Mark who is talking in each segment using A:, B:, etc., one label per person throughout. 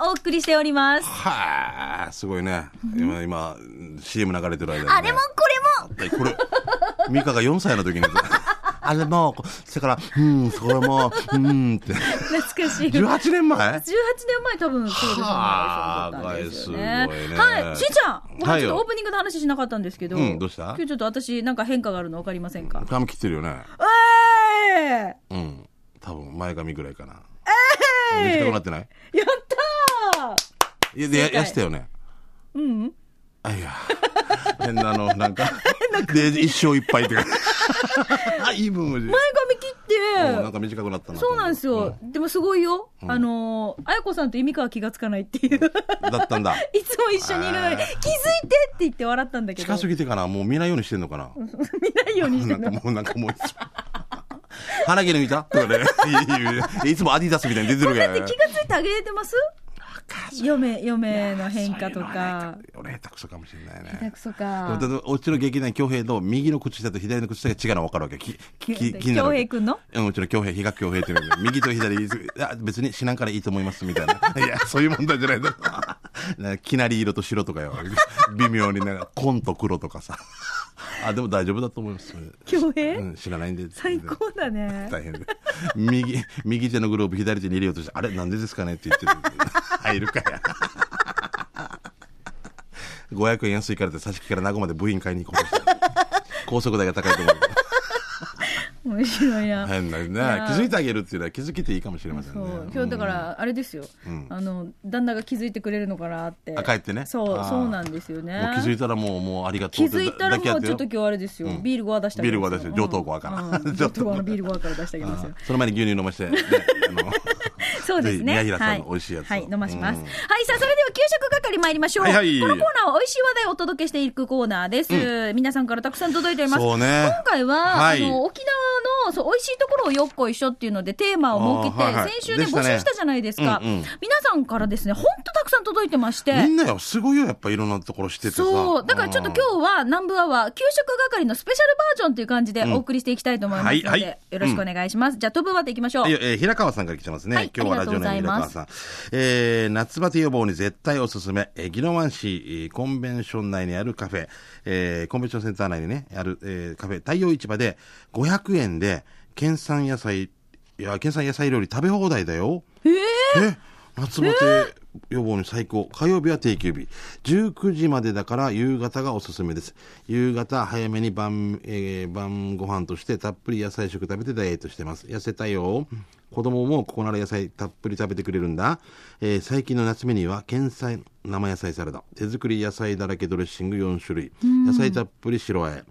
A: がお送りしております。
B: はあ、すごいね。今、今、CM 流れてる間に、ね。
A: あれもこ
B: れもこれ、ミカが4歳の時に。あれも、それから、うん、それも、うんって。
A: 懐かしい。
B: 18年前
A: 18年前多分そうですよね。
B: はあ
A: そうだったんですよ
B: これすごいね
A: はい。しーちゃん、こ
B: は
A: れ
B: い
A: ちょ
B: よ
A: っとオープニングの話しなかったんですけど、
B: うんどうした
A: 今日ちょっと私、なんか変化があるの分かりませんか
B: 髪切ってるよね。
A: え
B: うん。多分、前髪ぐらいかな。
A: え
B: 短くな
A: や
B: ってない
A: ったー
B: いや、で、や
A: 正解
B: やしたよね。
A: うん。
B: あ、いや。変なあの、なんか。で、一生いっぱいって感じ。 あ、いい分無事。
A: 前髪切
B: うんな
A: っ
B: ん
A: て、
B: か短くなったなと
A: そう
B: 思って。
A: なんですよ。でもすごいよ。あのー、あやこさんと意味かは気がつかないっていう。
B: うん。だったんだ。
A: いつも一緒にいるのに、気づいてって言って笑ったんだけど。
B: 近すぎてかなもう見ないようにしてんのかな
A: 見ないようにしてる
B: なん
A: の
B: か。もう、なんかもう、鼻毛抜いたとかね。いいいいいつもアディダスみたいに出てるから。
A: 気がついてあげてます嫁、嫁の変化とか。
B: 俺下手くそかもしれない
A: 下手
B: ね
A: くそ
B: でも
A: か
B: だ。っておっちの劇団恭平の右の口下と左の口下が違うの分かるわけききき気に
A: 京
B: なるわ
A: 平
B: け
A: くんの
B: うんうちの恭平比嘉恭平っていうので右と左いや別に死なんからいいと思いますみたいないやそういう問題じゃないだろなきなり色と白とかよ微妙になんか紺と黒とかさあでも大丈夫だと思います
A: 京
B: う
A: 平
B: ん、知らないんで
A: 最高だね。
B: 大変で右右手のグローブ左手に入れようとしてあれなんでですかねって言ってる入るかや500円安いからって挿し木から名護まで部員買いに行こうとしてる高速代が高いと思う
A: 面白いな。
B: 変ないね
A: や
B: 気づいてあげるっていうのは気づきていいかもしれません
A: そ
B: ね
A: う今日だからあれですよ、あの旦那が気づいてくれるのかなって
B: あ帰ってね
A: そう
B: あー
A: そうなんですよね
B: もう気づいたらもうもうありがと
A: 気
B: う
A: づいたらもうちょっと
B: 抱き合てよ
A: 今日あれですよ、ビールごは出してあげますよ
B: ビールごは出して上等ごはから
A: うんうん上等ごはのビールごはから出してあげますよ
B: あその前に牛乳飲まして、ね、あ の
A: そうですね。
B: ぜひ宮平さんの美味しいやつを
A: はい、はい飲まします。
B: う
A: は
B: ん
A: い、さあ、それでは給食係参りましょう。
B: はいはい
A: このコーナーは美味しい話題をお届けしていくコーナーです。皆さんからたくさん届いております。
B: そうね
A: 今回は、
B: はい
A: あの、沖縄のそう美味しいところをよっこいしょっていうのでテーマを設けて、
B: あーはいはい
A: 先週ね、
B: でした
A: 募
B: ね
A: 集したじゃないですか。
B: うんうん
A: 皆さんからですね、ほんとたくさん届いてまして。
B: みんなよすごいよやっぱいろんなところ知っててさ
A: そう。だからちょっと今日は、南部アワー、給食係のスペシャルバージョンという感じでお送りしていきたいと思いますので、
B: はいはい
A: よろしくお願いします。じゃあ、飛ぶバっていきましょう。
B: はいえー平川さんから来てますね。
A: はい
B: 今日はラジオネー
A: あ
B: ム
A: りがと
B: 平
A: うご
B: 川
A: ざ
B: さん。えー夏バテ予防に絶対おすすめ。えー、宜野湾市、えーコンベンション内にあるカフェ、えーコンベンションセンター内にね、ある、えーカフェ、太陽市場で500円で、県産野菜、いや、県産野菜料理食べ放題だよ。
A: えー
B: え夏バテ予防に最高。火曜日は定休日。19時までだから夕方がおすすめです。夕方早めに晩、えー晩ご飯としてたっぷり野菜食食べてダイエットしてます。痩せたよ。子供もここなら野菜たっぷり食べてくれるんだ。えー最近の夏メニューは、県産生野菜サラダ。手作り野菜だらけドレッシング4種類。野菜たっぷり白あえ。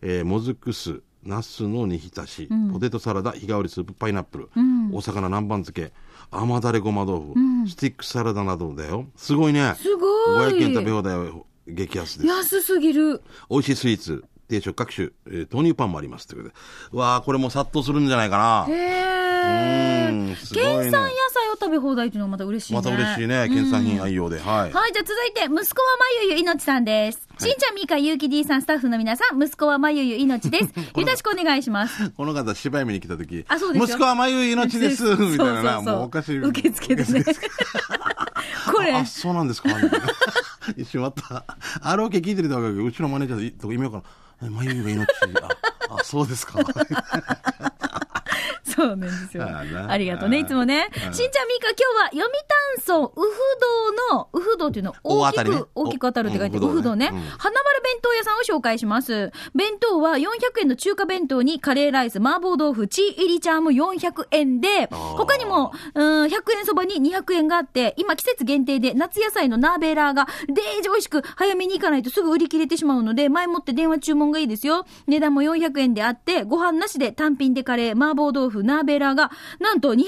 B: えーもずく酢、ナスの煮浸し、ポテトサラダ、日替わりスープ、パイナップル、お魚南蛮漬け、甘だれごま豆腐、スティックサラダなどだよ。すごいね。
A: すごい
B: 500円食べ放題は激安です。
A: 安すぎる。
B: 美味しいスイーツ、定食各種、えー豆乳パンもあります。ということで。うわあこれも殺到するんじゃないかな。
A: へ
B: う
A: ー
B: んすごい
A: 県産
B: ね
A: 野菜を食べ放題っていうのがまた嬉しいね。
B: また嬉しいね。
A: うん
B: 県産品愛用で。はい。
A: はい、じゃあ続いて、息子はまゆゆいのちさんです。しんちゃん、みーか、ゆうき D さん、スタッフの皆さん、息子はまゆゆいのち です。よろしくお願いします。
B: この方、芝居見に来た時、
A: あそうですよ
B: 息子は眉命です、みたい な
A: そ
B: な、
A: うそうそう
B: もう おかしい。
A: 受付でね。 これ、
B: あ、そうなんですか みたいな一瞬あった。あれ OK 聞いてるとうちのマネージャーととこ意味わからん。え眉毛が命。あ、あそうですか。
A: そうなんですよ。
B: あら
A: ありがとうね、いつもね。しんちゃん、みーか、今日は、読谷村、ウフ堂の、ウフ堂っていうの、大
B: 大
A: きく、
B: 当たりね
A: 大きく当たるって書いてある、
B: お
A: ウ
B: うん
A: フ
B: ウフ
A: 堂
B: 堂ね
A: ね。
B: うん
A: 花丸弁当屋さんを紹介します。弁当は400円の中華弁当にカレーライス、麻婆豆腐、チー入りチャーム400円で、
B: ー
A: 他にも、うん、100円そばに200円があって、今季節限定で夏野菜のナーベラーが、デージ美味しく、早めに行かないとすぐ売り切れてしまうので、前もって電話注文がいいですよ。値段も400円であって、ご飯なしで単品でカレー、麻婆豆腐、ナーベラーが、なんと250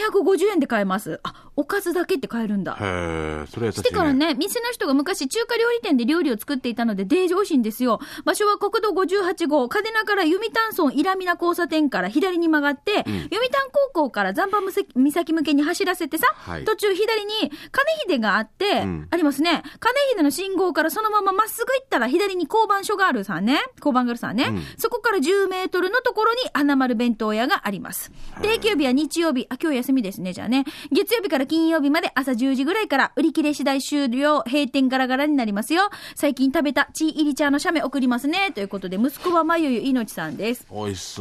A: 円で買えます。あ、おかずだけって買えるんだ。
B: へえ、それ優しい、ね。
A: してからね、店の人が昔中華料理店で料理を作っていたので、デージ美味しいんですよ。場所は国道58号、嘉手納から読谷村イラミナ交差点から左に曲がって、読谷高校から残波岬向けに走らせてさ、
B: はい
A: 途中左に金秀があって、
B: うん
A: ありますね。金秀の信号からそのまままっすぐ行ったら左に交番所があるさんね。交番があるさんね。
B: うん
A: そこから10メートルのところに花丸弁当屋があります。定休日は日曜日、あ、今日休みですね、じゃあね。月曜日からから金曜日まで朝10時ぐらいから売り切れ次第終了、閉店ガラガラになりますよ。最近食べたチーイリチャーの写メ送りますね。ということで、息子はまゆゆいのちさんです。
B: 美味しそ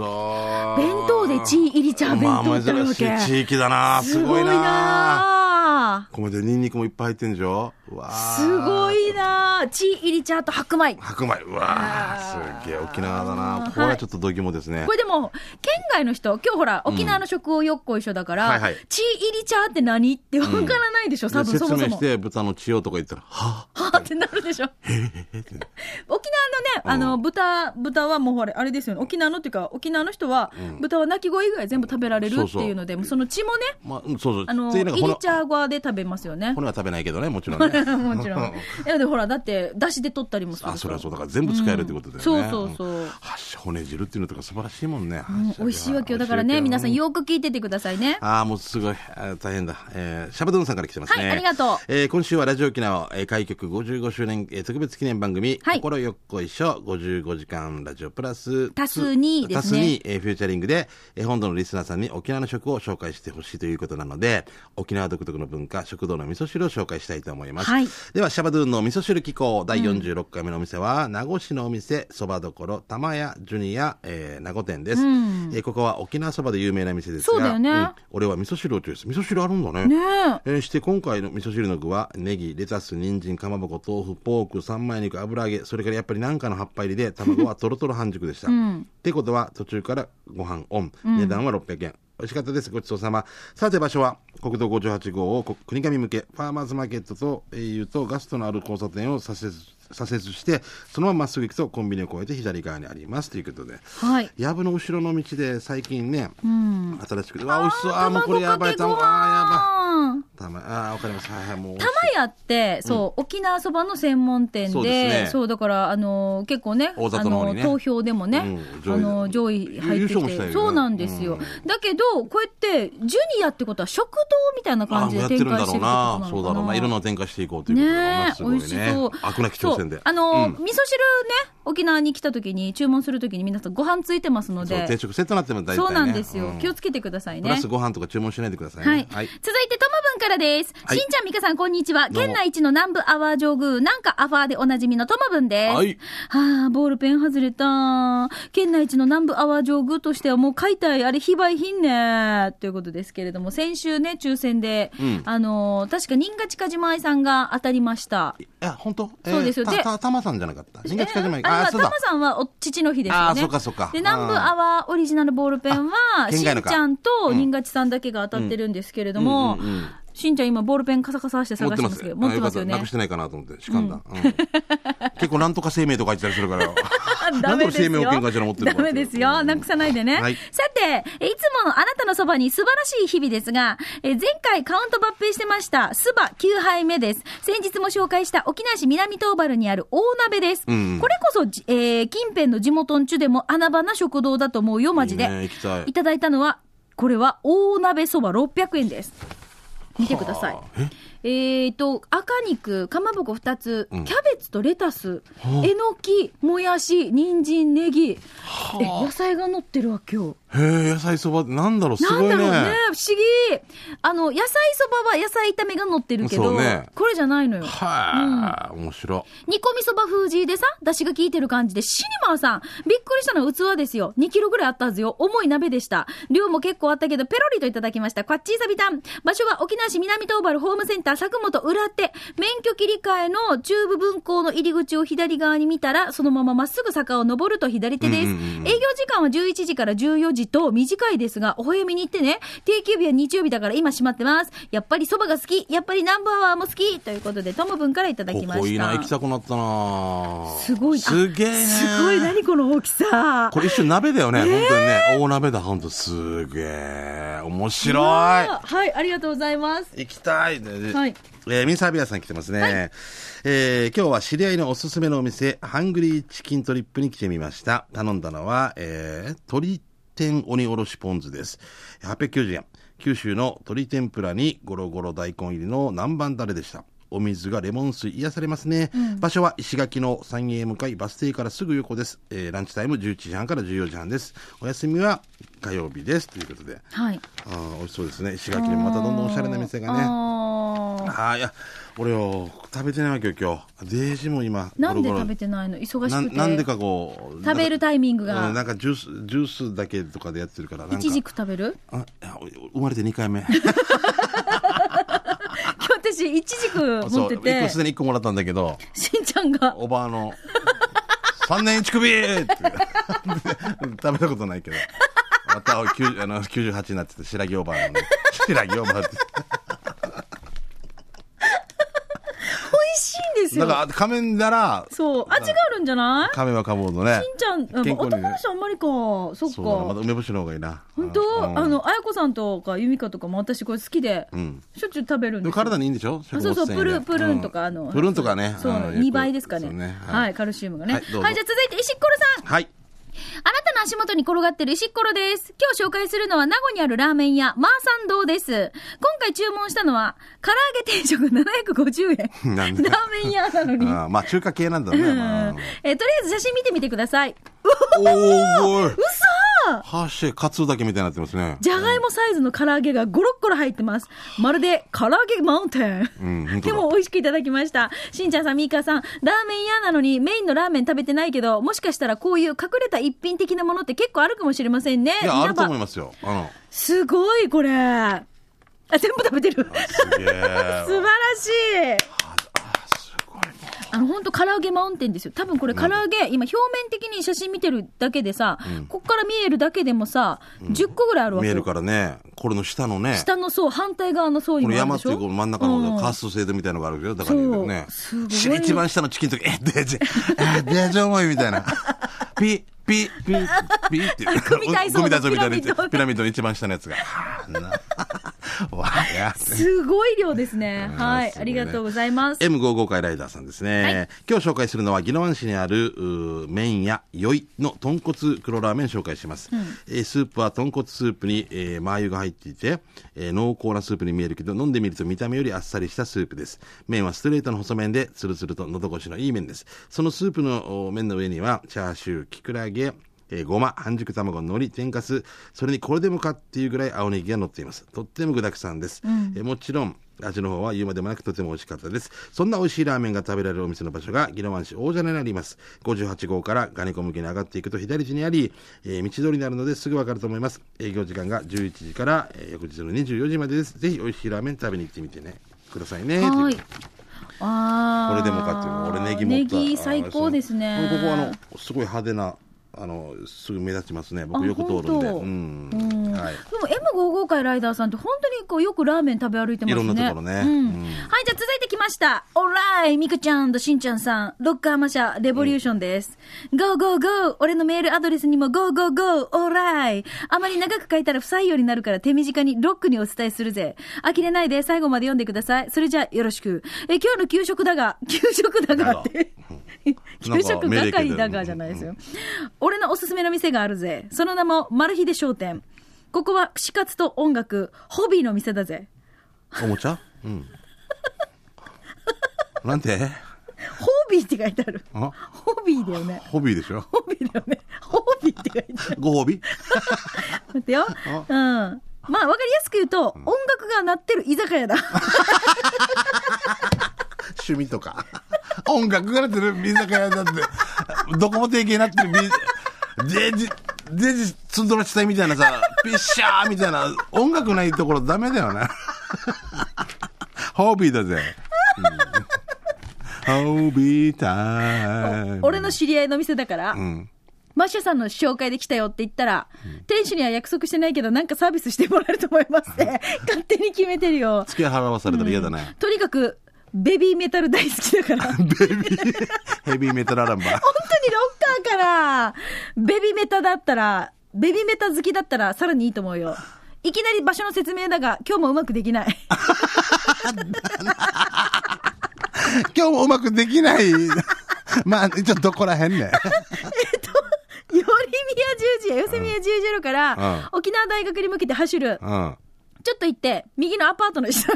B: う
A: 弁当でチーイリチャー弁当ってあるわけ。
B: まあ、珍しい地域だなす
A: す
B: ご
A: ご
B: い
A: い
B: な
A: な
B: 米でニンニクもいっぱい入ってんでしょうわ
A: あ
B: ー
A: すごいなあチーイリチャーと白米。
B: 白米うわーすげえ沖縄だなこれはちょっと度肝ですね、
A: これでも、県外の人、今日ほら、沖縄の食をよっこいしょだから、
B: はいはい
A: チー入り茶って何ってわからないでしょ、多分
B: で説
A: そもそ
B: 明
A: も
B: し。て豚の血をとか言ったらはあ
A: はあってなるでしょ。沖縄のね、あの、豚、豚はもうほら、あれですよね、沖縄のっていうか、沖縄の人は、豚は鳴き声以外全部食べられる
B: そう
A: って
B: そう
A: いうので、もうその血もね、
B: まあうんそうそう
A: あの、
B: ってい
A: イ
B: うの
A: リ
B: が骨
A: チャー側で食べますよね。
B: 骨は食べないけどねもちろんね
A: もちろん。いや、でほら、だって、出汁で取ったりもするから
B: あそれはそうだから全部使えるってことだよね、
A: そうそうそう。
B: んはし骨汁っていうのとか素晴らしいもんね、
A: うん美味しいわけよ。だからね、皆さんよく聞いててくださいね。
B: ああ、もうすごい。あー大変だ。えーシャバドゥンさんから来てますね。
A: はいありがとう
B: えー今週はラジオ沖縄、えー開局55周年、えー特別記念番組、
A: はい
B: 心よっこいしょ、55時間ラジオプラス、
A: 多数にですね
B: 多数に、えーフューチャリングで、えー本土のリスナーさんに沖縄の食を紹介してほしいということなので、沖縄独特の文化、食堂の味噌汁を紹介したいと思います。
A: はい
B: では、シャバドゥンの味噌汁機構、第46回目のお店は、名護市のお店、そばどころ、玉屋、ジュニア、えー名護店です、えーここは沖縄そばで有名な店ですが、
A: そうだよね
B: ん俺は味噌汁をチョイス。味噌汁あるんだね。
A: ねえ。
B: えーして今回の味噌汁の具はネギレタス人参かまぼこ豆腐ポーク三枚肉油揚げそれからやっぱり何かの葉っぱ入りで卵はとろとろ半熟でした、ってことは途中からご飯オン値段は600円、美味しかったですごちそうさまさて場所は国道58号をこ国神向けファーマーズマーケットと au とガストのある交差点を左折左折してそのまままっすぐ行くとコンビニを越えて左側にありますということで
A: はい。
B: やぶの後ろの道で最近ね、新しくうわ美味しそうあーもうこ
A: 卵
B: れや
A: か
B: ば
A: け
B: い
A: ご
B: 卵
A: 飯。
B: あーやばいたまあーわかりますはいはいもう
A: 玉屋って、そう、沖縄そばの専門店
B: そうです
A: で、
B: ね
A: そう、だから、あの、結構ね、
B: 大
A: あ
B: 里の方にね
A: 投票でもね、
B: うん
A: あの、
B: 上
A: 上
B: 位
A: 位入って
B: 優勝
A: き
B: もしたよ
A: て、
B: ね
A: そうなんですよ。だけど、こうやって、ジュニアってことは食堂みたいな
B: あ
A: 感
B: ー
A: じ
B: もうや
A: で
B: って
A: 展
B: るん
A: 開
B: だ
A: して
B: ろ
A: るってこと
B: う
A: なの
B: な
A: かな。
B: そうだろうないろんな展開していこうということだろう
A: ね
B: なす
A: え、
B: ご
A: 美
B: い
A: 味し
B: ね
A: そう。
B: 飽くなき挑戦で
A: そうあのー、
B: うん
A: 味噌汁ね、沖縄に来た時に、注文する時に皆さんご飯ついてますの
B: そう
A: で、
B: 定食セットになっても大体ね
A: そうなんですよ。
B: ん
A: 気をつけてください
B: プ
A: ね。
B: ラスご飯とか注文しないでください
A: はい
B: ね。はい
A: 続いて、ともぶんからです。
B: はい
A: しんちゃん、みかさん、こんにちは。
B: どうも
A: 県内一の南部アワー上宮、なんかアワーでおなじみのともぶんです。
B: はい
A: はあ、ボールペン外れた。県内一の南部アワー上宮としてはもう解体、あれ、非売品ね。ということですけれども、先週ね、抽選で、
B: うん
A: あのー確か新賀近島愛さんが当たりました。
B: いや本当
A: そうですよ
B: た
A: で
B: たたまさんじゃなかった人
A: え
B: 間近くまで
A: あ
B: あー
A: た
B: そうだ
A: まさんはお父の日ですよね。
B: あーそっかそっか
A: で、南部
B: うん
A: アワーオリジナルボールペンは、
B: あ
A: し
B: 県
A: ん
B: 外のか
A: ちゃんと新勝さんだけが当たってるんですけれども、
B: うんうんうんうん
A: しんちゃん今ボールペンカサカサして
B: 持っ
A: 探しててます
B: ま
A: すけど、持ってますよ
B: あよかた
A: ね
B: なくし。てないかなと思ってしかんだ、うん 結構なんとか生命とか言ってたりするから
A: ダメ
B: なんで俺
A: です
B: 生命
A: よ。
B: 保険会社の持ってるの
A: ダ
B: かな
A: メですよ。なくさないでね。
B: はい
A: さて、えいつものあなたのそばに素晴らしい日々ですが、え前回カウント抜粋してました、スバ9杯目です。先日も紹介した沖縄市南東原にある大鍋です。
B: んうん
A: これこそじ、えー近辺の地元んちゅでも穴場な食堂だと思う よ、マジで。
B: いいね行きたい
A: いただいたのは、これは大鍋そば600円です。見てください
B: は。
A: えっ、と、赤肉、かまぼこ2つ、キ
B: ん
A: ャベツとレタス、えのき、もやし、人参、ネギ、え野菜が乗ってるわ、今日。
B: へえ野菜そばなんだろうす
A: なん
B: ごい
A: だろうね
B: ね、
A: 不思議。あの、野菜そばは野菜炒めが乗ってるけ
B: そ
A: ど、
B: うね
A: これじゃないのよ。
B: はい、面白
A: 煮込みそば風じでさ、出汁が効いてる感じで、シニマーさん、びっくりしたのは器ですよ。2キロぐらいあったはずよ。重い鍋でした。量も結構あったけど、ペロリといただきました。こっちいさびたん。場所は沖縄市南東原ホームセンター佐久本裏手。免許切り替えの中部分校の入り口を左側に見たら、そのまままっすぐ坂を登ると左手です。
B: うんうんうん
A: 営業時間は11時から14時と短いですが、お早めに行ってね。定休日は日曜日だから今閉まってます。やっぱりそばが好き。やっぱりナンバーワーも好き。ということで、ともぶんからいただ
B: い
A: きました。
B: ここいいな行きたくなったな
A: すごいあ
B: すげえね
A: すごい、何この大きさ。
B: これ一緒に鍋だよね、本当にね大鍋だ本当すげえ面
A: う
B: 白い
A: わーはい、ありがとうございます。
B: 行きたい。で
A: はい
B: えー、ミンサービアさん来てますね。えー今日は知り合いのおすすめのお店、ハングリーチキントリップに来てみました。頼んだのは、えー、鶏天鬼おろしポン酢です。890円。九州の鶏天ぷらにゴロゴロ大根入りの南蛮だれでした。お水がレモン水癒されますね、場所は石垣の三栄向かいバス停からすぐ横です、えーランチタイム11時半から14時半ですお休みは火曜日ですということで
A: はい。
B: あー美味しそうですね石垣にもまたどんどんおしゃれな店がね
A: あー
B: ああいや俺よ食べてないわけよ今日デージも今
A: なんで
B: ゴロゴロ
A: 食べてないの忙
B: な
A: し
B: ん
A: くて。
B: なんでかこう
A: 食べるタイミング
B: うん
A: が。
B: なんかジュースジュースだけとかでやってるからなんか
A: いちじく食べる
B: あいやお生まれて2回目
A: 今日私、いちじく持
B: そ
A: っ
B: う
A: て
B: 一個
A: て
B: す、でに1個もらったんだけど
A: しんちゃんが、
B: おばあの「3年1首!」 って食べたことないけどまたきゅうあの98になってて白木おばあのね白木おばあ って
A: 美味しいんです
B: な
A: よ
B: ん。か仮面なら
A: そう。味があるんじゃない
B: 亀はかぼうのね
A: しんちゃん、あ
B: 健
A: まあ
B: 康に
A: 男
B: ね
A: の人あんまりか。そっ
B: そうだなま
A: か
B: た。梅干しの方がいいな
A: 本当
B: うん
A: あの、あやこさんとか、ゆみかとかも私これ好きで、
B: ん
A: しょっちゅう食べるんで
B: でも
A: すよ
B: 体にいいんでしょ
A: そうそうプルンプルンとか、あ
B: うん
A: の
B: プルンとかね
A: そう
B: あのよく
A: 2倍ですかね
B: そう
A: は、
B: はいい、
A: カルシウムがねは
B: はいい
A: じ
B: ど
A: ゃ
B: う
A: あ
B: ぞ
A: 続いて石っころさん
B: はい
A: あなたの足元に転がってる石っころです。今日紹介するのは名護にあるラーメン屋、マーサン堂です。今回注文したのは、唐揚げ定食750円。ラ
B: な
A: ー
B: んで
A: メン屋なのに。
B: あーまあ中華系なんだろう
A: う
B: ね、
A: ん
B: まあ、
A: えーとりあえず写真見てみてください。
B: おーおい
A: 嘘
B: ハッシェカツオだけみたいになってますね
A: じゃがいもサイズの唐揚げが5、6個入ってます。まるで唐揚げマウンテン。
B: うん本当
A: で
B: だ
A: も美味しくいただきました。しんちゃんさん、みーかーさん、ラーメン屋なのにメインのラーメン食べてないけど、もしかしたらこういう隠れた一品的なものって結構あるかもしれませんね。
B: いやあると
A: 稲
B: 思い
A: 葉
B: ますよあの
A: すごい、これ。あ、全部食べてる。
B: す げえ
A: 素晴らしい。
B: すごい
A: あの、本当唐揚げマウンテンですよ。多分これ唐揚げ、今表面的に写真見てるだけでさ、こっから見えるだけでもさ、10個ぐらいあるわ
B: 見
A: け
B: え
A: よ
B: る。からねこれの下のね
A: 下の層、反対側の層に
B: こ
A: も
B: の
A: ある
B: 山
A: で
B: っ
A: して
B: い
A: ょ
B: うこう真ん中の
A: う
B: 方
A: ん
B: がカースト製でみたいなのがあるけどだからね
A: そうすごい
B: し一番下のチキンの時えデジえデジ重いみたいなピピピピって
A: 組体操の
B: 組体操みたいなや
A: ピラミッド
B: つピラミッドの一番下のやつがあーなわあや
A: すごい量ですね。
B: うん
A: はい。
B: す
A: あ
B: ごい
A: り
B: ね
A: がとうございます。
B: M55 回ライダーさんですね、
A: はい
B: 今日紹介するのは宜野湾市にあるうー麺屋よいの豚骨黒ラーメン紹介します、えースープは豚骨スープに、えー、麻油が入っていて、えー濃厚なスープに見えるけど飲んでみると見た目よりあっさりしたスープです麺はストレートの細麺でツルツルと喉越しのいい麺ですそのスープのお麺の上にはチャーシューきくらげえーごま、半熟卵、海苔、天かす、それにこれでもかっていうぐらい青ネギが乗っています。とっても具沢山です。えーもちろん、味の方は言うまでもなくとても美味しかったです。そんな美味しいラーメンが食べられるお店の場所が、宜野湾市大蛇になります。58号からガネコ向けに上がっていくと左地にあり、えー道通りになるのですぐわかると思います。営業時間が11時から、えー翌日の24時までです。ぜひ美味しいラーメン食べに行ってみてね。くださいね。
A: は
B: という
A: い
B: ことで。
A: あ
B: こ
A: ー
B: れでもかっていう俺ネギ持った
A: ネギ最高ですね。
B: これここあのすごい派手なあのすぐ目立ちますね僕よく通るんで
A: あほ
B: うん
A: と
B: ん、
A: うん
B: はい
A: でも M55 回ライダーさんって本当にこうよくラーメン食べ歩いてますね。
B: いろんなところね
A: うん
B: うん
A: はい、じゃあ続いてきました。オーライみくちゃんとしんちゃんさん、ロッカーマシャ、レボリューションです。ゴーゴーゴー俺のメールアドレスにもゴーゴーゴーオーライあまり長く書いたら不採用になるから手短にロックにお伝えするぜ。呆れないで最後まで読んでください。それじゃあよろしく。え、今日の給食だが、 給食だがって。 給食係だがじゃないですよ。俺のおすすめの店があるぜ。その名も、マルヒデ商店。ここは串カツと音楽、ホビーの店だぜ。
B: おもちゃうん なんて
A: ホビーって書いてある。
B: あ
A: ホビーだよね。
B: ホビーでしょ
A: ホビーだよね。ホビーって書いてある。
B: ご褒美
A: 待ってよ。うん。まあ、わかりやすく言うと、音楽が鳴ってる居酒屋だ。
B: 趣味とか 音楽がなってる水酒屋だってどこも提携になってる水デジデジツンドラ地帯みたいなさピッシャーみたいな音楽ないところダメだよねホビーだぜ、うんホビータイム
A: 俺の知り合いの店だから、
B: ん
A: マッシュさんの紹介で来たよって言ったら、店主には約束してないけど、なんかサービスしてもらえると思います ね。勝手に決めてるよ。
B: 付け払わされたら嫌だね、
A: とにかく、ベビーメタル大好きだか ら。
B: ベビーヘビーメタルアランバ
A: 本当にロッカーから、ベビメタだったら、ベビメタ好きだったらさらにいいと思うよ。いきなり場所の説明だが、今日もうまくでき ない。
B: 今日もうまくできない まあ一応どこらへんね
A: より宮十字や、寄せ宮十字路から、
B: う
A: 沖縄大学に向けて走る。
B: うん
A: ちょっと行って、右のアパートの下。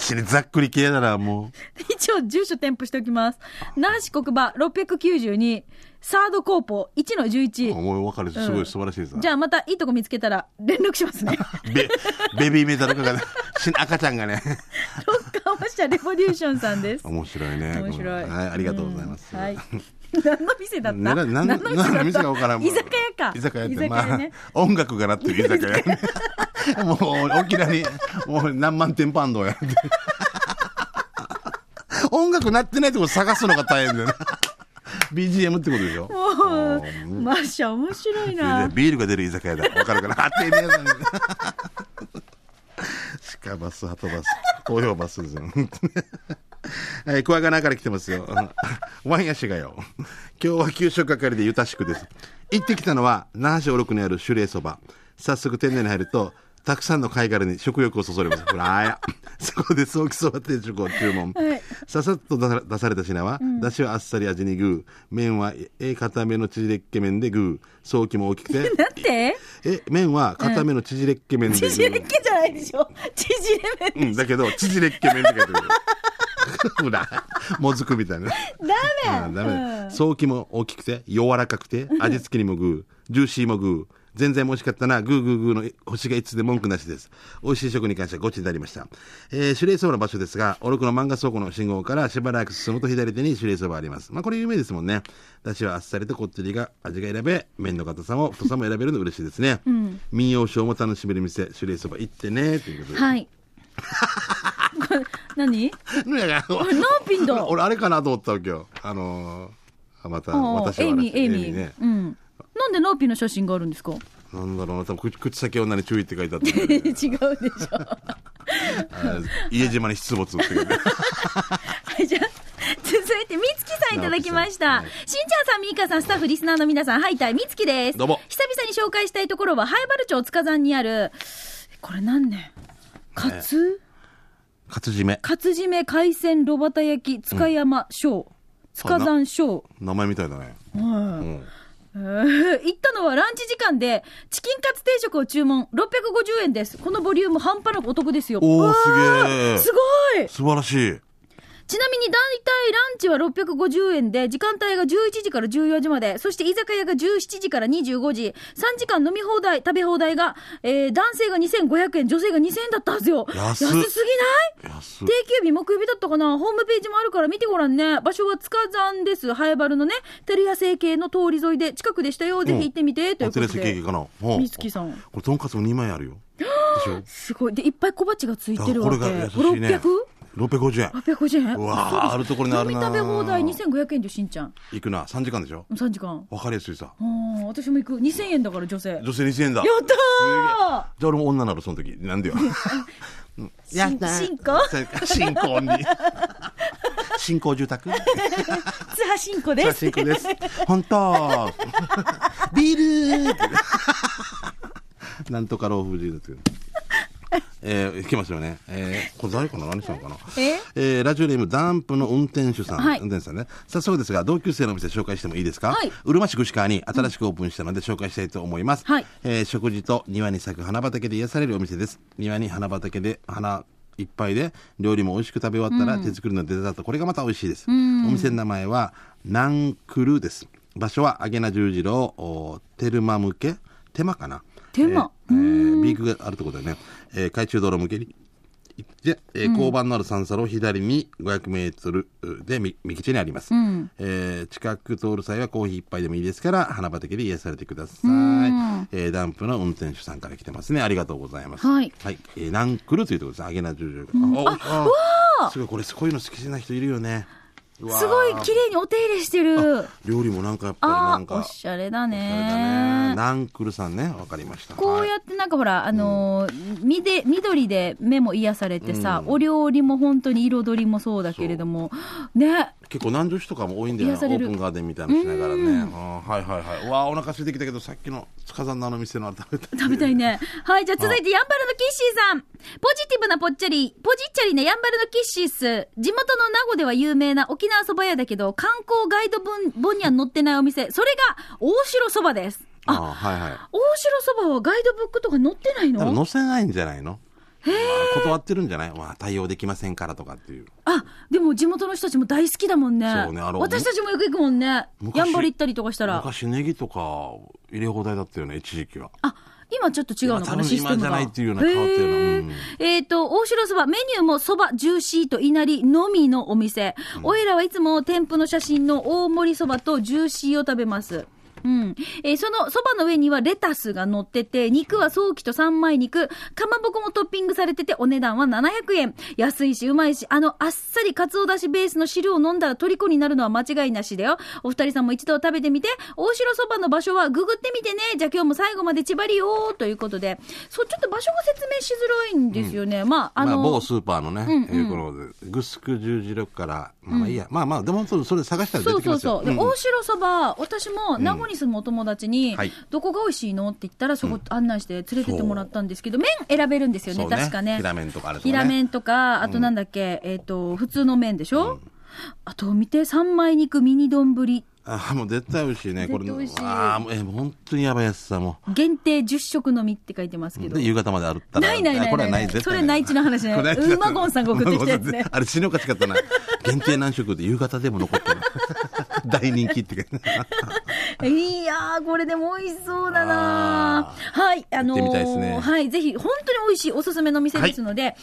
B: 私にざっくり系ならも
A: 一応、住所添付しておきます。那覇市国場692、サードコーポ1の
B: う、
A: 11。
B: 思い分かれてすごい素晴らしいですな。
A: じゃあまたいいとこ見つけたら連絡します ね。
B: ベ、ベビーメタルかが、し赤ちゃんがね。
A: ロッカーマッシャーレボリューションさんです。
B: 面白いね。
A: 面白い。
B: はい、ありがとうございます。
A: うん はい。何の店だった？
B: ならなん
A: 何
B: 何の店か分からんもん
A: 居酒屋か。
B: 居酒屋って、
A: 居酒
B: ま
A: 屋
B: あ
A: ね。、
B: 音楽がなってる居酒屋ね。もう、沖縄に、もう何万店パンドやって。音楽なってないとこ探すのが大変だよね。BGM ってことでしょ
A: もうマッシャー面白いな。
B: ビールが出る居酒屋だ。わかる かな。当てねえぞ。鹿バス、ハトバス、東洋バスですよ。 えー、クワガナから来てますよ。 ワンヤシがよ。今日は給食係でゆたしくです。行ってきたのは、那覇市おろくにある種類そば。早速店内に入ると、たくさんの貝殻に食欲をそそります。ほらあや。そこで早期そば定食を注文。
A: はい
B: ささっと出さ出された品は、だしはあっさり味にグー、麺はえ固めの縮れっけ麺でグー、早期も大き くて、
A: なんて？
B: え、麺は固めの縮れっけ麺でグー。
A: 縮れっけじゃないでしょ。縮れ
B: うん、だけど、縮れっけ麺って 書いてある。 ほら、もずくみたいな。
A: 麺。ダ
B: あ
A: メ。
B: ダメ
A: うん
B: だ。早期も大きくて、柔らかくて、味付けにもグー、ジューシーもグー。全然美味しかったな、グーグーグーの星がいつで文句なしです。美味しい食に関してはごちになりました。えー、種類そばの場所ですが、おろくの漫画倉庫の信号からしばらく進むと左手に種類そばあります。まあこれ有名ですもんね。だしはあっさりとこってりが味が選べ、麺の硬さも太さも選べるの嬉しいですね。民謡ショーも楽しめる店、種類そば行ってね、ということで。
A: はい。これ何？
B: いやいや
A: れノーピン だ
B: 俺あれかなと思ったわけよあのー、また
A: ああ
B: 私
A: エイ
B: は
A: ミーエイミー
B: ね。
A: うん。なんでノーピーの写真があるんですか？
B: なんだろうな多分口口先女に注意って書いてあったん
A: 違う
B: だよね
A: でしょ。は
B: あ家島に出没って書い てある
A: いじゃあ。続いて、みつきさんいただきました。
B: 直樹
A: しんちゃんさん、みーかさん、スタッフ、リスナーの皆さん、はいたい、みつきです。
B: どうも
A: 久々に紹介したいところは、灰原町塚山にある、これ何年カツ、
B: 活締め
A: カツ締め海鮮炉端焼き塚山省、塚山省。
B: 名前みたいだね、
A: は
B: う
A: い
B: ん、
A: えー 行ったのはランチ時間で、チキンカツ定食を注文、650円です。このボリューム半端なくお得ですよ。
B: おお
A: わ
B: すげ
A: ー
B: え
A: すごい
B: 素晴らしい
A: ちなみに大体ランチは650円で、時間帯が11時から14時まで、そして居酒屋が17時から25時、3時間飲み放題、食べ放題が、えー男性が2500円、女性が2000円だったはずよ。
B: 安っ
A: すぎない
B: 安
A: 定休日、木曜日だったかなホームページもあるから見てごらんね。場所は塚山です。ハエバルのね、テルヤ成系の通り沿いで近くでしたよ。ぜひ行ってみて。とい
B: お
A: うこ
B: テレ
A: と
B: スケ
A: で
B: ーキ。かなほう
A: 美月さん。
B: これとんかつも2枚あるよでし ょ
A: すごい。で、いっぱい小鉢がつい
B: だ
A: て
B: から
A: る
B: こ
A: わけ。
B: れが優しいね
A: 600?
B: 650円
A: 850円
B: うわーあるところにあるなー
A: 飲み食べ放題2500円でしんちゃん。
B: 行くな3時間でしょ
A: 3時間。
B: 分かりやすいさ
A: ああ、私も行く。2000円だから女性。やっ
B: 女性2000円だじ
A: た
B: ゃあ俺も女なのその時なんでよ
A: ーやった進行
B: 新 婚に新興住宅
A: 津波新子で
B: 写
A: す。
B: 真です本当ビールなんとか老夫人ですけどえー、いきますよね。えー、これ誰かな何したのかな
A: え
B: えーラジオネームダンプの運転手さん。
A: はい
B: 運転手さんね。早速ですが、同級生のお店紹介してもいいですか
A: はい
B: うんうるま市串川に新しくオープンしたので紹介したいと思います。
A: はい
B: えー食事と庭に咲く花畑で癒されるお店です。庭に花畑で花いっぱいで料理も美味しく食べ終わったら手作りのデザート、これがまた美味しいです。お店の名前はナンクルです。場所はアゲナ十字路おテルマ向け手間かな
A: 手間
B: えーえービークがあるってことだよね。えー、海中道路向けに行って、えー交番のある三差路を左に500メートルでみ右手にあります、えー近く通る際はコーヒー一杯でもいいですから花畑で癒されてください、えーダンプの運転手さんから来てますねありがとうございます
A: はい
B: えーナンクルというところです揚げな十条ああすごいこれこういうの好きな人いるよねうわー
A: すごい綺麗にお手入れしてる。
B: 料理もなんかやっぱりな
A: あ
B: ん
A: あ、お
B: か
A: しゃれだ
B: あれだね
A: ね。
B: ナンクルさんねわかりました
A: こうやってなんかほら、あのー、みで、緑で目も癒されてさ、お料理も本当に彩りもそうだけれども、ね、
B: 結構南城市とかも多いんだよな
A: 癒
B: オ
A: され
B: ー
A: る
B: プンガーデンみたいなのしながらねあーはいはいはいうわーお腹空いてきたけどさっきの塚さんのあの店のあれ食べたい
A: 食べたいね。はい、じゃあ続いて、ヤンバルのキッシーさん。ポジティブなぽっちゃり、ポジッチャリなヤンバルのキッシーっす。地元の名護では有名な沖縄そば屋だけど、観光ガイド本本には載ってないお店、それが大城そばです。
B: あ
A: あ、
B: ーはいはい
A: 大城そばはガイドブックとか載ってない
B: 多分
A: の
B: 載せないんじゃないのまあ断ってるんじゃないまあ対応できませんからとかっていう。
A: あ、でも地元の人たちも大好きだもんね。
B: そうねあの
A: 私たちもよく行くもんね。
B: 昔
A: やんばり行ったりとかしたら。
B: 昔ネギとか入れ放題だったよね、一時期は。
A: あ、今ちょっと違うのか
B: 今多
A: な、
B: 分
A: システムが。
B: 今じゃないっていうような変わってるな
A: へー
B: うん
A: えっ、と、大城そば、メニューもそば、ジューシーといなりのみのお店。おいらはいつも店舗の写真の大盛りそばとジューシーを食べます。うん。えーそのそばの上にはレタスが乗ってて、肉は早期と三枚肉、かまぼこもトッピングされてて、お値段は700円。安いし、うまいし、あの、あっさりかつおだしベースの汁を飲んだら虜になるのは間違いなしだよ。お二人さんも一度食べてみて、大城そばの場所はググってみてね。じゃあ今日も最後まで千葉りよーということで。そう、ちょっと場所が説明しづらいんですよね。まあ、あ
B: まあ、
A: の、
B: 某スーパーのね、
A: んうん
B: えーこのグスク十字路から、まあいいや、まあまあ、でもそれそれ探したら出
A: そ
B: て
A: う
B: き
A: そ
B: ま
A: う
B: すよ。
A: そう。で、
B: んん
A: 大城そば、私も名護に住むお友達に、
B: はい
A: どこが美味しいのって言ったら、そこ案内して連れてってもらったんですけど、麺選べるんですよね、
B: そうね
A: 確かね。
B: 平麺とかあるとね
A: 平麺とか、あとなんだっけ、えっ、と、普通の麺でしょ、あと、見て、三枚肉ミニ丼ぶり。
B: ああ、もう絶対美味しいね、これ。
A: 絶対美味しい
B: ああ、もう、えー、もう本当にやばいやつさ、も
A: 限定10食のみって書いてますけ
B: う。
A: ど
B: で、。夕方まで歩ったら。
A: ないないないない
B: あこれはない、
A: それ内地の話ね
B: これ内地の話
A: うまごんさんが送ってきたやつね
B: あれ死ぬかしかったな。限定何食って夕方でも残ってる。 大人気って感じ。
A: いやー、これでも美味しそうだなーはい、あの
B: 行ってみたいですね
A: ー、はい、ぜひ、本当に美味しいおすすめの店ですので、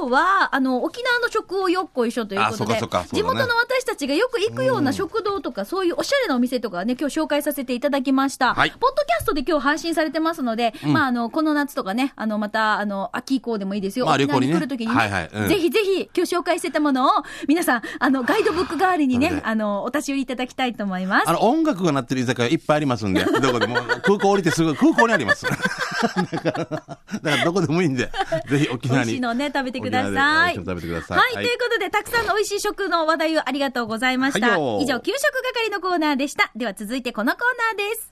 A: 今日は、あの、沖縄の食をよっこいしょというこ
B: あ
A: と
B: そうか
A: で
B: そうか、そうだ
A: 地
B: ね
A: 元の私たちがよく行くような食堂とか、そういうおしゃれなお店とかね、今日紹介させていただきました。
B: はい
A: ポッドキャストで今日配信されてますので、まあ、あの、この夏とかね、あの、また、あの、秋以降でもいいですよ。
B: まあ
A: 沖縄に来
B: 旅行にね
A: るときに
B: はいはいうん
A: ね、ぜひぜひ、今日紹介してたものを、皆さん、あの、ガイドブック代わりに
B: なる
A: ね
B: ほ、ど
A: あの、お立ち寄りいただきたいと思います。
B: あの、音楽が鳴ってる居酒屋いっぱいありますんで、どこでも、空港降りてすぐ、空港にありま す。だから、だからどこでもいいんで、ぜひ沖
A: 美
B: 縄
A: 味
B: に。
A: しいのをね、食べてくだ
B: 沖
A: さ
B: 縄
A: い。
B: で美味しいの食べてください。
A: はい、ということで、たくさんの美味しい食の話題をありがとうございました。
B: はいよ
A: 以上、給食係のコーナーでした。では続いてこのコーナーです。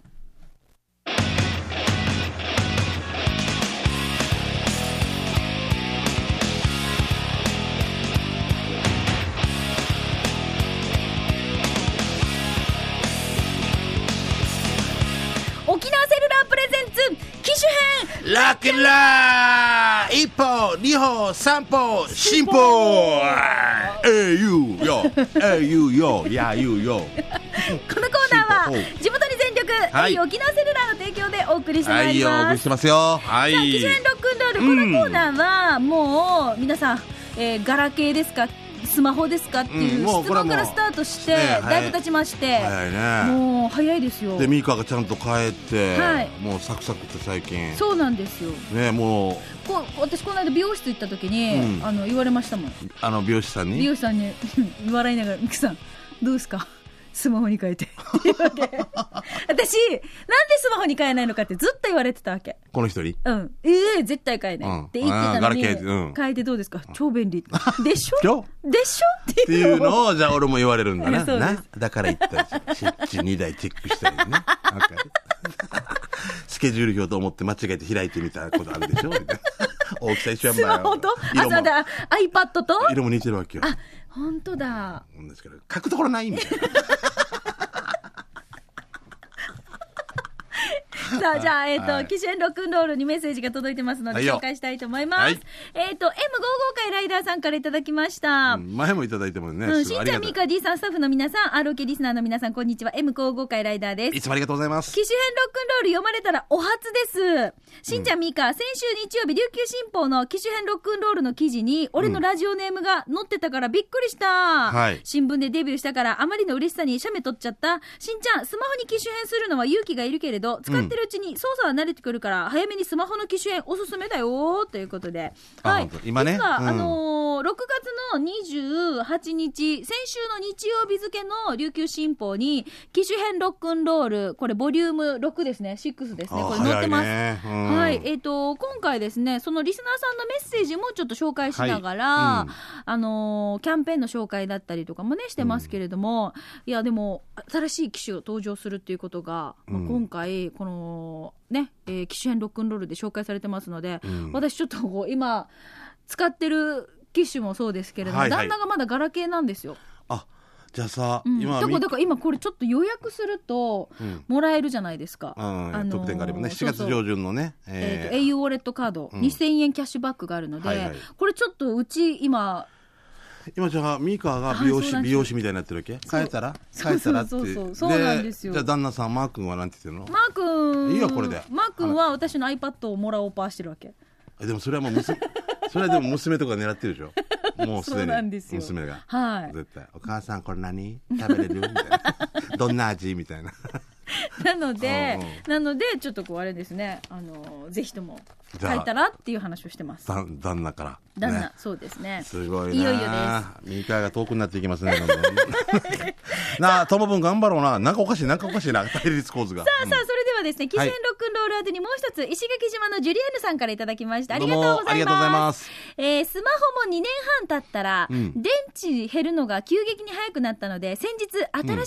A: 沖縄セルラープレゼンツ機種編
B: ラッキーラー一歩、二歩、三歩、進歩えいゆうよ、えいゆうよ、やゆうよ。
A: このコーナーは
B: 進歩ほう
A: 地元に全力、
B: はい
A: えー沖縄セルラーの提供でお送りしてま
B: はいい
A: り
B: よ、お送
A: ま
B: りし
A: す。
B: てますよ。は
A: さあ、
B: い
A: 基。準ロックンロール、このコーナーはもう皆さん、えーガラケーですかスマホですかっていううん質
B: もうこれは
A: 問
B: も
A: か
B: う
A: らスタートして、
B: ねはい
A: だいぶ経ちまして、
B: 早いね。
A: もう早いですよ
B: で、ミカがちゃんと帰って
A: はい、
B: もうサクサクって最近。
A: そうなんですよ
B: ね、も
A: こう私この間美容室行った時に、
B: うん
A: あの言われましたもん
B: う、あの、美容師さん
A: 美
B: に。
A: 容師さんに 笑いながら「ミクさんどうですかスマホに変えて」って言われ て私なんでスマホに変えないのかってずっと言われてたわけ
B: この人に。
A: うん、ええ絶対買えな
B: う
A: い
B: ん
A: って言ってたのに、
B: あーガラケーうん
A: 変えてどうですか超便 利。でし
B: でし
A: ょ
B: ょ
A: でしょっ
B: っててい
A: いう
B: う
A: のを。
B: の を、じゃあ俺も言われるんだ
A: そ
B: な。
A: うです
B: な。だから言ったんですよ。チッチ2台チェックしたりね。わか るスケジュール表と思って間違えて開いてみたことあるでしょみた いな大きさ一緒やん
A: スマホと、あ、
B: 色
A: そう
B: も、
A: だ、iPad と、
B: 色も似てるわけよ。
A: あ、本当 だ。
B: ですから、書くところないみたいな。
A: さあ、じゃあ、えっ、
B: は
A: と、
B: い
A: 機種編ロックンロールにメッセージが届いてますので、
B: はいよ
A: 紹介したいと思います。
B: はい
A: えっ、と、M55 回ライダーさんからいただきました。
B: うん前もいただいてもね、
A: うん、し
B: すごいあ
A: ん
B: り
A: ちゃ
B: が
A: ん、
B: た
A: み
B: い。
A: か D さん、スタッフの皆さん、ROK リスナーの皆さん、こんにちは。M55 回ライダーです
B: い。つもありがとうございます。
A: 機種編ロックンロール読まれたらお初です。しんちゃんみーか、先週日曜日、琉球新報の機種編ロックンロールの記事に、俺のラジオネームが載ってたからびっくりした。
B: はい
A: 新聞でデビューしたから、あまりの嬉しさに写メ撮っちゃった。しんちゃん、スマホに機種編するのは勇気がいるけれど、使ってるうちに操作は慣れてくるから、早めにスマホの機種編おすすめだよ、ということで。
B: あ
A: はい
B: 本。当今ね
A: 実は、
B: うん
A: あのー、6月の28日、先週の日曜日付の琉球新報に、機種編ロックンロール、これボリューム6ですね、6ですね、
B: あ
A: これ載っ
B: 早
A: て
B: い
A: ます。
B: ね。うん
A: はい、えっ、と、今回ですね、そのリスナーさんのメッセージもちょっと紹介しながら、
B: はいうん
A: あのーキャンペーンの紹介だったりとかもね、してますけれども、いや、でも、新しい機種を登場するっていうことが、まあ
B: うん
A: 今回、この、ね、えー機種編ロックンロールで紹介されてますので、
B: うん
A: 私ちょっとこう、今、使ってる機種もそうですけれども、
B: はいは
A: 旦
B: い
A: 那がまだガラケーなんですよ。
B: あ、じゃあさ、
A: うん
B: 今
A: だから
B: み
A: だから今これちょっと予約すると
B: うん
A: もらえるじゃないですか、
B: うん
A: のー
B: 特典があればね7
A: そうそ
B: 月
A: う
B: 上旬のね
A: えー
B: え
A: と
B: ー
A: au ウォレットカード、
B: うん
A: 2000円キャッシュバックがあるので、
B: はいはい
A: これちょっとうち今
B: 今じゃあミカが
A: はい
B: 美容
A: そ
B: 師
A: うなんです
B: 美容師みたいになってるわけ
A: そう
B: 変えたら
A: そう
B: 変えたらって
A: そうそうそうそうなんですよ
B: じゃあ旦那さんマー君はなんて言ってるの
A: マー君
B: いいよこれで
A: マー君は私の iPad をもらおうパーしてるわけ
B: えでもそれはも う娘それはでも娘とか狙ってるでしょもうすで
A: そうなんで
B: に
A: すよ
B: 娘が
A: はい
B: 絶対「お母さんこれ何食べれる?」みたいな 「どんな味?」みたいな
A: なので
B: うんうん、
A: なので、ちょっとこうあれですね、あの、ぜひとも。
B: じゃあ
A: 書いたらっていう話をしてます。
B: だ旦那から
A: 旦那、
B: ね
A: そうですね。
B: すごいない
A: よいよです。
B: ミカが遠くになっていきますねどんどん なあともぶん頑張ろうななんかおかしいなんかおかしいな対立構図がさ
A: さあ、それではですね、喫煙ロックンロール宛てにもう一つ、石垣島のジュリアーヌさんからいただきました。ありがとうございます。
B: ありがとうございます
A: えースマホも2年半経ったら、
B: うん
A: 電池減るのが急激に早くなったので、先日、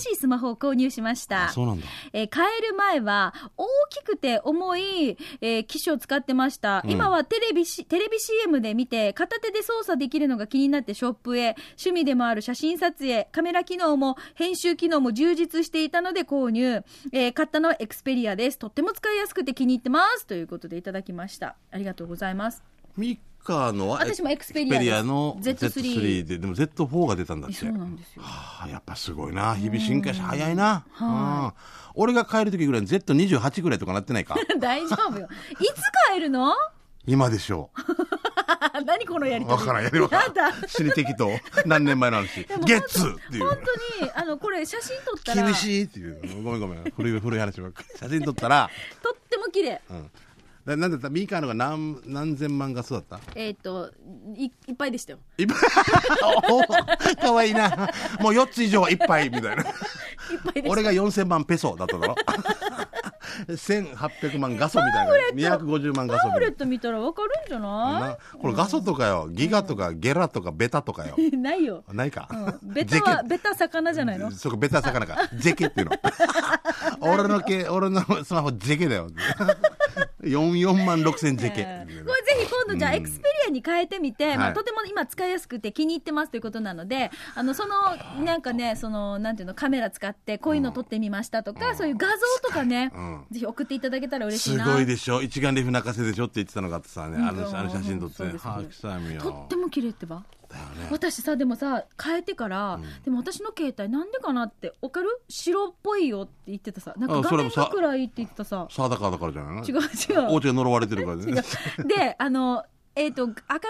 A: 新しいスマホを購入しました。
B: そうなんだ
A: えー変える前は大きくて重い、えー機種を使ってました、
B: うん
A: 今はテレビしテレビ CM で見て片手で操作できるのが気になってショップへ趣味でもある写真撮影カメラ機能も編集機能も充実していたので購入、えー買ったのはエクスペリアですとっても使いやすくて気に入ってますということでいただきましたありがとうございます
B: ミカのは
A: 私も Xperia
B: え
A: です
B: エクスペリアの
A: Z3
B: Z3 ででも Z4 が出たんだって
A: そうなんですよ
B: はあやっぱすごいな日々進化し早いな、
A: は
B: うん俺が帰る時ぐらいに Z28 ぐらいとかなってないか
A: 大丈夫よいつ買えるの
B: 今でしょ
A: 何このやり
B: う
A: とり
B: 分からんやり分からん
A: やだ
B: 死に適 当何年前の話
A: でも
B: ゲッツーっていう
A: 本当にあのこれ写真撮ったら
B: 厳しいっていうごめんごめん古い古い話ばっかり写真撮ったら、
A: とっても綺麗
B: うん、だなんだったミカのが何何千万画素 だった
A: えっ、とい、いっぱいでしたよ。
B: いっぱいおかわいいなもう4つ以上はいっぱい みたい
A: っぱ
B: ない
A: いでした。
B: 俺が4000万ペソだっただろ 1800万画素みたいな250万画
A: タ
B: 素み
A: ブ
B: た
A: レ
B: い
A: ット見たらわかるんじゃ
B: な
A: な
B: なこれ画素とかよギガとかゲラとかベタとかよ
A: いないよ。
B: ないか、
A: うんベタは、ベタ魚じゃないの
B: そうかベタ魚かジェケ っていうの俺のけ俺のスマホジェケだよ44万6000ジェケ、
A: えーこれぜひ今度じゃあエクスペリアに変えてみて、ま
B: は
A: あ、
B: い
A: とても今使いやすくて気に入ってますということなのであのそのなんかねそのなんていうのカメラ使ってこういうの撮ってみましたとか、そういう画像とかね、
B: うん
A: ぜひ送っていただけたら嬉しい
B: す
A: な
B: ごいでしょ一眼レフ泣かせでしょって言ってたのがあってさねあ
A: うん
B: のあの写真撮って
A: そう
B: ね
A: です
B: はあ臭みよ
A: とっても綺麗ってば
B: だよね
A: 私さでもさ変えてから、でも私の携帯なんでかなってわかる白っぽいよって言ってたさなんか
B: あそ
A: 画
B: れ
A: 面
B: もさ
A: が暗いって言ってたさ
B: サーダカーだからじゃないの
A: 違う違う
B: お家が呪われてるからね
A: であのえっ、と明るさ、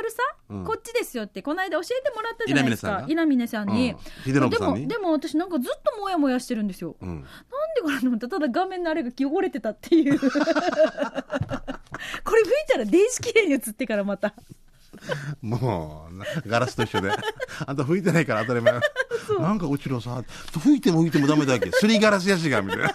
B: うん
A: こっちですよってこの間教えてもらったじゃないですか稲峰さんに、
B: うん秀信
A: で
B: さん
A: も
B: に
A: でも私なんかずっとモヤモヤしてるんですよ、
B: う
A: なん
B: ん
A: でかなと思ったらただ画面のあれが汚れてたって いうこれ拭いたら電子綺麗に映ってからまた
B: もう、ガラスと一緒で。あんた吹いてないから当 たり前。なんか落ちるさ、吹いても吹いてもダメだっけ。すりガラスやしが、みた いな。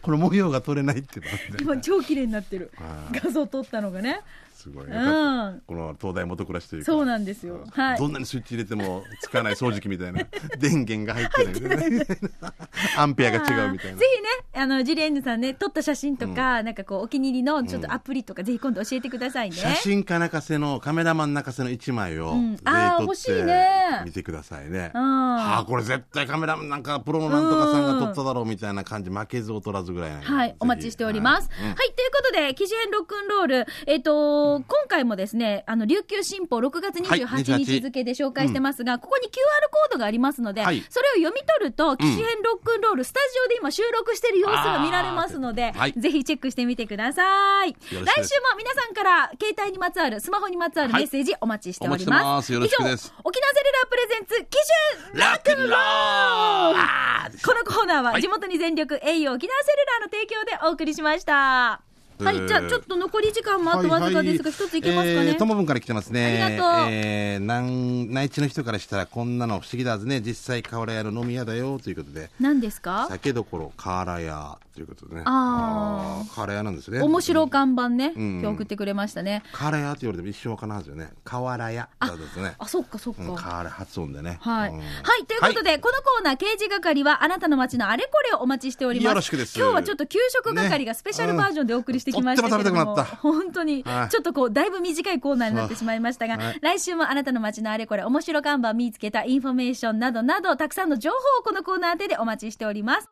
B: この模様が取れないってなって。
A: 今超綺麗になってる
B: あ
A: 画像撮ったのがね
B: すごい。よか
A: う
B: っ
A: ん
B: たこの東大元暮らしというか。
A: そうなんですよはい
B: どんなにスイッチ入れてもつかない掃除機みた いな。電源が入ってないみたいな。アンペアが違うみたい
A: あー
B: な
A: ぜ。ひね、あの、ジュリエンヌさんね、撮った写真とか、なんかこう、お気に入りのちょっとアプリとか、ぜひ今度教えてくださいね。
B: 写真家泣かせのカメラマン泣かせの一枚を、
A: ん
B: ぜひ
A: あー
B: 撮
A: 欲
B: っ
A: しい
B: て
A: ね
B: 見てくださいね。
A: うん
B: ああこれ絶対カメラマンなんかプロのなんとかさんが撮っただろうみたいな感じ負けず劣らずぐらいなんで
A: は
B: ぜ
A: い
B: ひ、
A: お待ちしております。
B: は
A: はいい、
B: うん
A: ということで、記事編ロックンロール、えっ、と、今回もですね、あの、琉球新報6月
B: はい
A: 28
B: 28
A: 日付で紹介してますが、ここに QR コードがありますので、
B: はい
A: それを読み取ると、記事編ロックンロール、スタジオで今収録してる様子が見られますので、
B: あーはい
A: ぜひチェックしてみてください。来週
B: よ
A: も
B: ろしくです
A: 皆さんから、携帯にまつわる、スマホにまつわる
B: はい
A: メッセージお待ちしております。
B: お待ちしてますよろしくです
A: 以上、沖縄セルラープレゼンツ、記事編
B: ラックンロールあー
A: このコーナーは地元に全力、栄養沖縄セルラーの提供でお送りしました。
B: えー
A: はい、じゃあちょっと残り時間もあとわずかですが、一ついけますか
B: え
A: ね
B: ー。ともぶんから来てますね。
A: ありがとう
B: えーなん内地の人からしたらこんなの不思議だぜね。実際、瓦屋の飲み屋だよということで。
A: 何ですか
B: 酒どころ、瓦屋とということでね。
A: あー
B: ーカレー屋なんですね。
A: 面白看板ね、
B: うん
A: 今日送ってくれましたね。
B: カレー屋って言われても一瞬わからないですよね。瓦屋だですね。
A: あ、そっかそっか。
B: うん、カレー発音でね。
A: はい、
B: うん
A: はい、ということで、このコーナー、刑事係は、あなたの街のあれこれをお待ちしております。
B: よろしくです
A: 今日はちょっと給食係がスペシャルバージョンでお送りしてきましたけれども、
B: ねうんとっても食べたくなった
A: 本当に、
B: はい
A: ちょっとこう、だいぶ短いコーナーになってしまいましたが、
B: はい
A: 来週もあなたの街のあれこれ、面白看板見つけたインフォメーションなどなど、たくさんの情報をこのコーナーででお待ちしております。